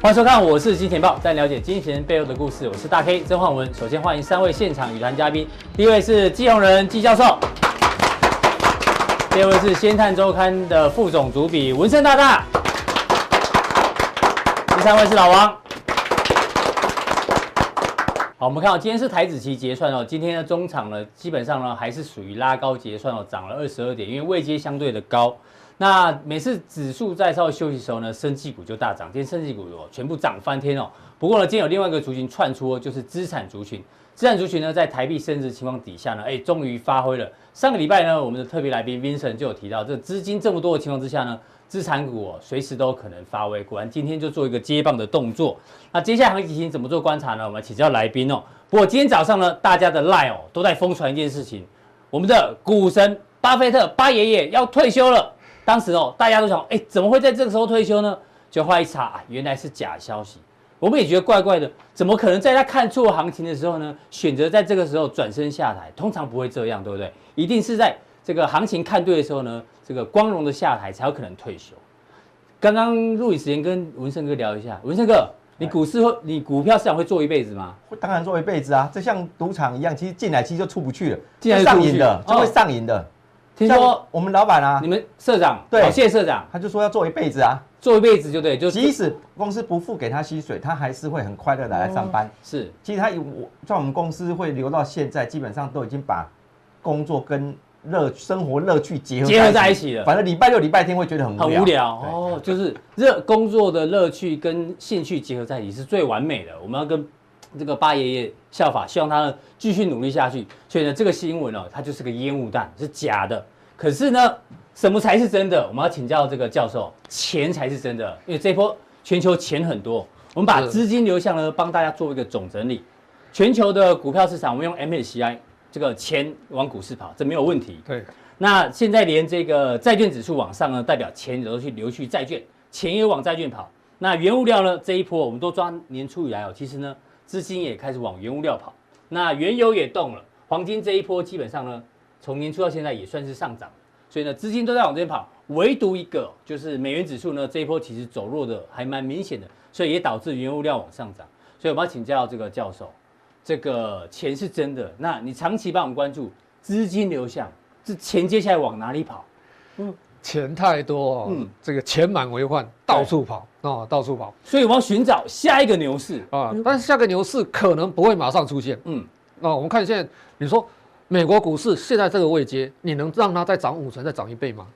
欢迎收看，我是金钱豹，带你了解金钱背后的故事。我是大 K 曾焕文。首先欢迎三位现场语谈嘉宾，第一位是季宏仁季教授，第二位是《先探周刊》的副总主笔文胜大大，第三位是老王。好，我们看哦到今天是台子期结算哦，今天的中场呢，基本上呢还是属于拉高结算哦，涨了二十二点，因为位阶相对的高。那每次指数在稍微休息的时候呢，生技股就大涨，今天生技股哦全部涨翻天哦。不过呢，今天有另外一个族群窜出哦，就是资产族群。资产族群呢，在台币升值情况底下呢，哎，终于发挥了。上个礼拜呢，我们的特别来宾 Vincent 就有提到，这资金这么多的情况之下呢，资产股哦随时都有可能发威。果然今天就做一个接棒的动作。那接下来行情怎么做观察呢？我们请教来宾哦。不过今天早上呢，大家的 line 哦都在疯传一件事情，我们的股神巴菲特巴爷爷要退休了。当时哦，大家都想，哎，怎么会在这个时候退休呢？就后来一查、啊，原来是假消息。我们也觉得怪怪的，怎么可能在他看错行情的时候呢，选择在这个时候转身下台？通常不会这样，对不对？一定是在这个行情看对的时候呢，这个光荣的下台才有可能退休。刚刚录影时间跟文胜哥聊一下，文胜哥，你股市会，你股票市场会做一辈子吗？当然做一辈子啊，这像赌场一样，其实进来其实就出不去了，进来就会出不上去瘾的，就哦会上瘾的。听像说我们老板啊你，们社长，对哦谢社长他就说要做一辈子啊，做一辈子就对，就是即使公司不付给他薪水，他还是会很快乐的来上班。是其实他有我在我们公司会留到现在，基本上都已经把工作跟乐生活乐趣结合结合在一起了反正礼拜六、礼拜天会觉得很无很聊。无聊对哦，就是热工作的乐趣跟兴趣结合在一起是最完美的。我们要跟这个八爷爷效法，希望他呢继续努力下去。所以呢，这个新闻哦，它就是个烟雾弹，是假的。可是呢，什么才是真的？我们要请教这个教授，钱才是真的，因为这波全球钱很多，我们把是资金流向呢帮大家做一个总整理。全球的股票市场，我们用 MSCI 这个钱往股市跑，这没有问题。对，那现在连这个债券指数往上呢，代表钱也都去流去债券，钱也往债券跑。那原物料呢，这一波我们都抓年初以来哦，其实呢资金也开始往原物料跑，那原油也动了，黄金这一波基本上呢，从年初到现在也算是上涨，所以呢资金都在往这边跑，唯独一个就是美元指数呢这一波其实走弱的还蛮明显的，所以也导致原物料往上涨。所以我们要请教这个教授，这个钱是真的，那你长期帮我们关注资金流向，这钱接下来往哪里跑？钱太多、哦，嗯这个钱满为患，到处跑哦，到处跑所以我们要寻找下一个牛市。啊。但是下个牛市可能不会马上出现。嗯，那、我们看现在，你说美国股市现在这个位阶，你能让它再涨五成，再涨一倍吗？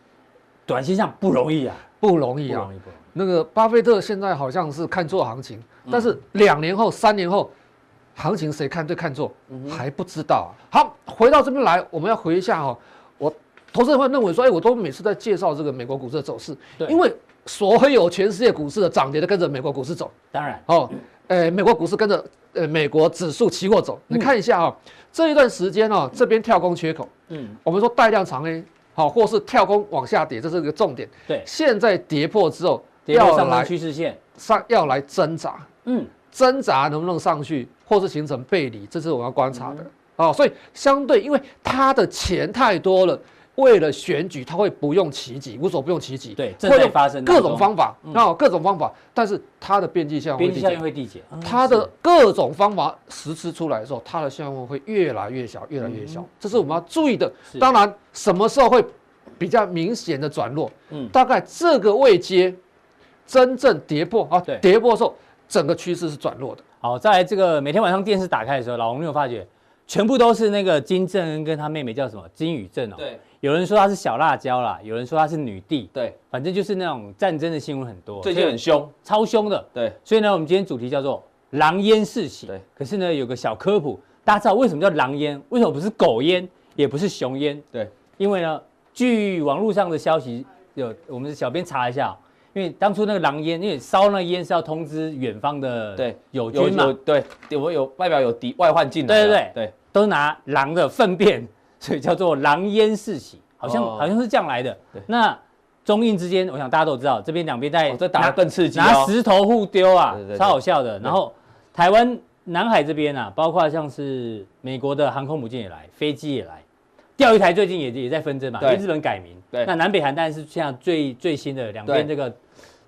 短线上不容易啊，不容不易啊容。易，不容易。那个巴菲特现在好像是看错行情，但是两年后、三年后，行情谁看对看错、还不知道、啊。好，回到这边来，我们要回一下哈、哦，我投资人会认为说，哎，我都每次在介绍这个美国股市的走势，对因为所有全世界股市的涨跌都跟着美国股市走。当然，哦，呃，美国股市跟着呃美国指数期货走。你看一下啊、这一段时间哦，这边跳空缺口，嗯，我们说带量长 A，好、或是跳空往下跌，这是一个重点。对，现在跌破之后，跌破要上来方趋势线，上要来挣扎，嗯，挣扎能不能上去，或是形成背离，这是我们要观察嗯的。哦，所以相对，因为他的钱太多了，为了选举，他会不用其极，无所不用其极，对正会在用发生当各中嗯种方法，那、各种方法，但是它的边际效应会边递际减效应会递减，嗯它是的各种方法实施出来的时候，它的效用会越来越小，越来越小，这是我们要注意的嗯是。当然，什么时候会比较明显的转弱？嗯大概这个位阶真正跌破啊对，跌破的时候，整个趋势是转弱的。好，在这个每天晚上电视打开的时候，老王你有发觉，全部都是那个金正恩跟他妹妹叫什么金宇镇哦。对，有人说她是小辣椒啦，有人说她是女帝，对，反正就是那种战争的新闻很多，哦最近很凶。超凶的。对，所以呢，我们今天主题叫做“狼烟四起”。对，可是呢，有个小科普，大家知道为什么叫狼烟？为什么不是狗烟，也不是熊烟？对，因为呢，据网络上的消息，有我们的小编查一下哦，因为当初那个狼烟，因为烧那烟是要通知远方的对，友军嘛，对，我们有外表有敌外患进来对了，对对都拿狼的粪便，所以叫做狼烟四起，好像、哦好像是这样来的对。那中印之间，我想大家都知道，这边两边在、哦这打得哎拿更刺激拿哦。石头互丢啊，对对对超好笑的。然后台湾南海这边啊，包括像是美国的航空母舰也来，飞机也来，钓鱼台最近也也在纷争嘛，因对为日本改名。对那南北韩当然是现在最最新的两边对这个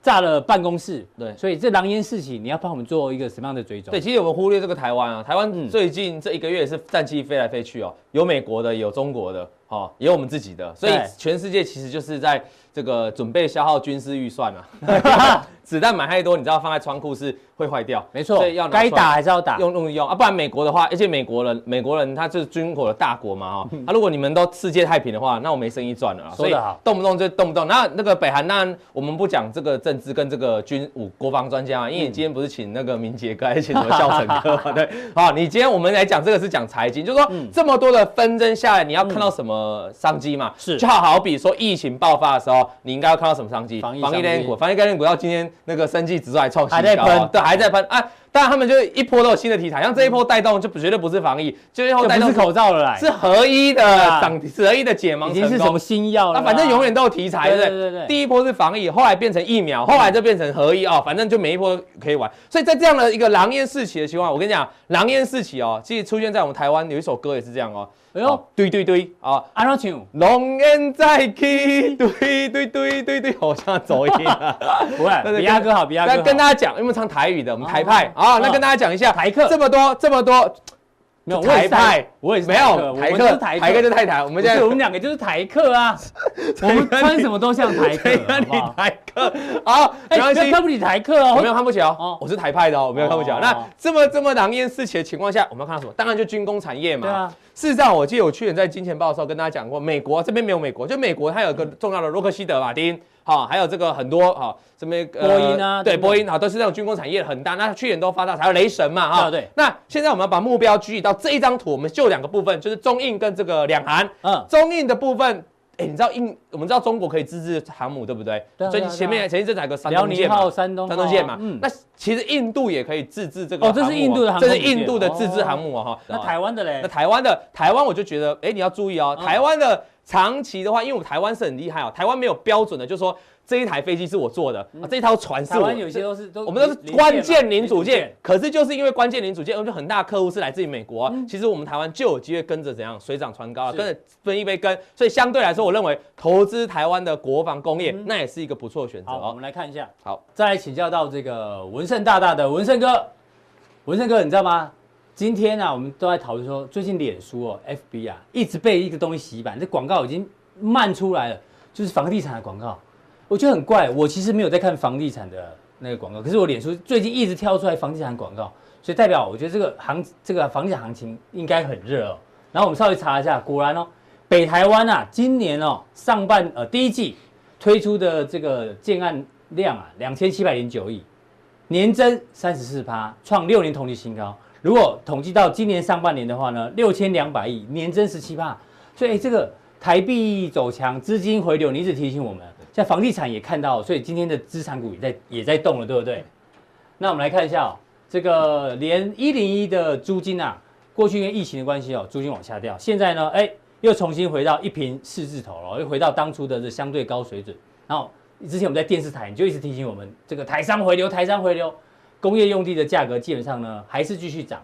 炸了办公室，对所以这狼烟四起，你要帮我们做一个什么样的追踪？对，，其实我们忽略这个台湾啊，台嗯湾最近这一个月也是战机飞来飞去哦，有美国的，也有中国的，哦，也有我们自己的，所以对全世界其实就是在这个准备消耗军事预算嘛。 子弹买太多，你知道放在仓库是会坏掉，没错所以要，拿该出来打还是要打。用用用啊，不然美国的话，而且美国人美国人他就是军火的大国嘛哦，啊，如果你们都世界太平的话，那我没生意赚了啊，嗯说所得以好动不动就动不动。那那个北韩，那我们不讲这个政治跟这个军武国防专嗯家啊，因为你今天不是请那个明杰哥，还是请什么教程哥 嘛，对，好，你今天我们来讲这个是讲财经，就是说嗯这么多的纷争下来，你要看到什么商机嘛？是就好好比说疫情爆发的时候，你应该要看到什么商机？防疫概商念机股，防疫概念股到今天那个生技指数还创新高、啊还在喷对，还在喷啊。当然，他们就是一波都有新的题材，像这一波带动就不绝对不是防疫，这一波这带不动是口罩了啦，是合一的啊涨，合一的解盲已成经功是什么新药了啊，啦？反正永远都有题材，对对不对嗯对对第一波是防疫，后来变成疫苗，后来就变成合一哦，反正就每一波可以玩。所以在这样的一个狼烟四起的情况下，我跟你讲，狼烟四起哦，其实出现在我们台湾有一首歌也是这样哦。哎哎呦呦，对对对啊，安装群，龙烟再起， 对对对对对，好像走音啊。不 会，对对比亚哥好，比亚哥那好跟大家讲，因为我们唱台语的，我们台派哦啊，那跟大家讲一下，台客这么多这么多没有我也台是派，我也是没有台台客我们都客，是台客台客就太台，我不们是现在 我们两个就是台客啊，我们穿什么都像台客谁，跟好哎你不好？台客？好，没哎，关不要系。看不起台客哦，我没有看不起哦哦，我是台派的哦，我没有看不起哦哦。那这么这么狼烟四起的情况下，我们要看到什么？当然就军工产业对嘛。啊，事实上，我记得我去年在金钱豹的时候跟大家讲过，美国这边没有美国，就美国它有一个重要的洛克希德马丁，好，还有这个很多哈什么呃波音啊对，等等波音啊，都是那种军工产业很大。那去年都发大财，还有雷神嘛哈。啊对对。那现在我们要把目标聚集到这一张图，我们就两个部分，就是中印跟这个两韩。嗯，中印的部分，哎，你知道印，我们知道中国可以自制航母，对不对？对啊所以对啊前对啊面前一阵子还有个山辽东宁舰嘛号、。山东号山东舰嘛，嗯，那其实印度也可以自制这个航母啊哦这是印度的航空这母是舰印度的自制航母哦哈。那台湾的那嘞，台湾的台湾，我就觉得，哎，你要注意哦，嗯台湾的长期的话，因为我们台湾是很厉害哦，台湾没有标准的，就是说这一台飞机是我做的，啊这一条船嗯是台我湾有些都是都我们都是零关键零组，嘛件，可是就是因为关键零组件，我们就很大客户是来自于美国啊、其实我们台湾就有机会跟着怎样水涨船高啊，嗯是跟着分一杯羹，所以相对来说，我认为投资台湾的国防工业、那也是一个不错的选择嗯好，我哦。们来看一下。好，再来请教到这个文胜大大的文胜哥，文胜哥，你知道吗？今天啊，我们都在讨论说，最近脸书哦，FB 啊，一直被一个东西洗版，这广告已经漫出来了，就是房地产的广告。我觉得很怪，我其实没有在看房地产的那个广告，可是我脸书最近一直跳出来房地产广告，所以代表我觉得这个行这个房地产行情应该很热哦。然后我们稍微查一下，果然哦，北台湾啊，今年哦上半呃第一季推出的这个建案量啊，两千七百零九亿，年增三十四趴，创六年同期新高。如果统计到今年上半年的话呢，六千两百亿，年增十七趴。所以、哎这个台币走强，资金回流，你一直提醒我们，现在房地产也看到，所以今天的资产股也在也在动了，对不对？那我们来看一下、哦、这个连一零一的租金啊，过去因为疫情的关系哦，租金往下掉，现在呢，哎，又重新回到一平四字头了，又回到当初的这相对高水准。然后之前我们在电视台你就一直提醒我们，这个台商回流，台商回流，工业用地的价格基本上呢还是继续涨。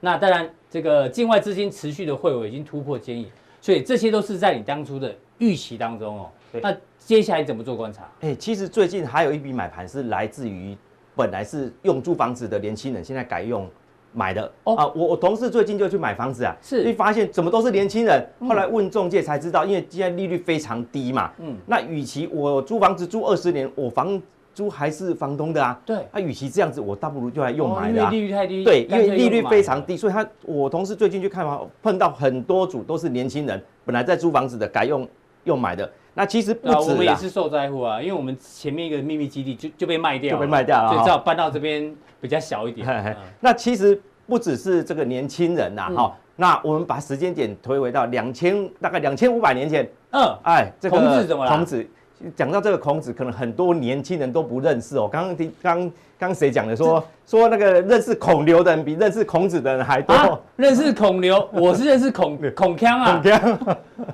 那当然，这个境外资金持续的汇回已经突破建议，所以这些都是在你当初的预期当中哦。对那接下来怎么做观察？哎、其实最近还有一笔买盘是来自于本来是用租房子的年轻人，现在改用买的。哦哦啊，我我同事最近就去买房子啊，是一发现怎么都是年轻人，后来问中介才知道，因为现在利率非常低嘛。嗯嗯，那与其我租房子租二十年，我房租还是房东的啊。对那、与其这样子，我倒不如就来用哦买因的为啊。利率太低，对，因干为脆利率用买啊非常了。低，所以他我同事最近去看房，碰到很多组都是年轻人，本来在租房子的改用用买的。那其实不对啊，我止们也啦，是受灾户啊，因为我们前面一个秘密基地就就被卖掉了，就被卖掉了所以哈只好搬到这边比较小一点。嘿嘿嗯那其实不只是这个年轻人呐、嗯哈、那我们把时间点推回到两千大概两千五百年前，嗯，哎，这个孔子怎么啦孔子讲到这个孔子，可能很多年轻人都不认识哦。刚刚听刚刚谁讲的说说那个认识孔刘的人比认识孔子的人还多。啊，认识孔刘，我是认识孔孔锵啊，这样，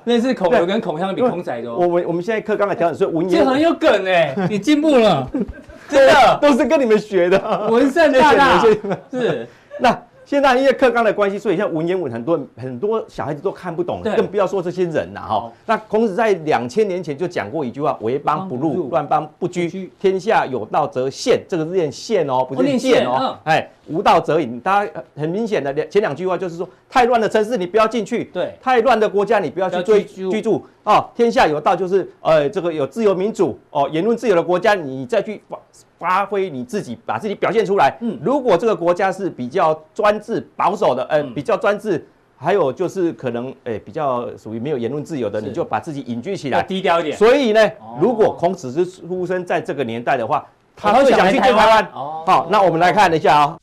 认识孔刘跟孔锵比孔仔 我多，们我们现在课刚才调整，所以文这言很有梗哎，你进步 了，真的，都是跟你们学的。文胜大大谢谢是那现在因为课纲的关系，所以像文言文很多人很多小孩子都看不懂对，哦更不要说这些人了哈好。那孔子在两千年前就讲过一句话：“为邦不邦不入入，乱邦不不居居，天下有道则现。”这个是念现哦，不哦是念念现剑哦。哎，无道则隐。大家呃很明显的两前两句话就是说，太乱的城市你不要进去，对太乱的国家你不要不去要追居住居住哦。天下有道就是呃，这个有自由民主哦，言论自由的国家，你再去发发挥你自己，把自己表现出来。嗯如果这个国家是比较专制保守的，呃，嗯比较专制。还有就是可能，诶、比较属于没有言论自由的，是你就把自己隐居起要来。低调一点。所以呢哦，如果孔子是出生在这个年代的话，他他会最想想来去台台湾湾。哦好，那我们来看一下啊、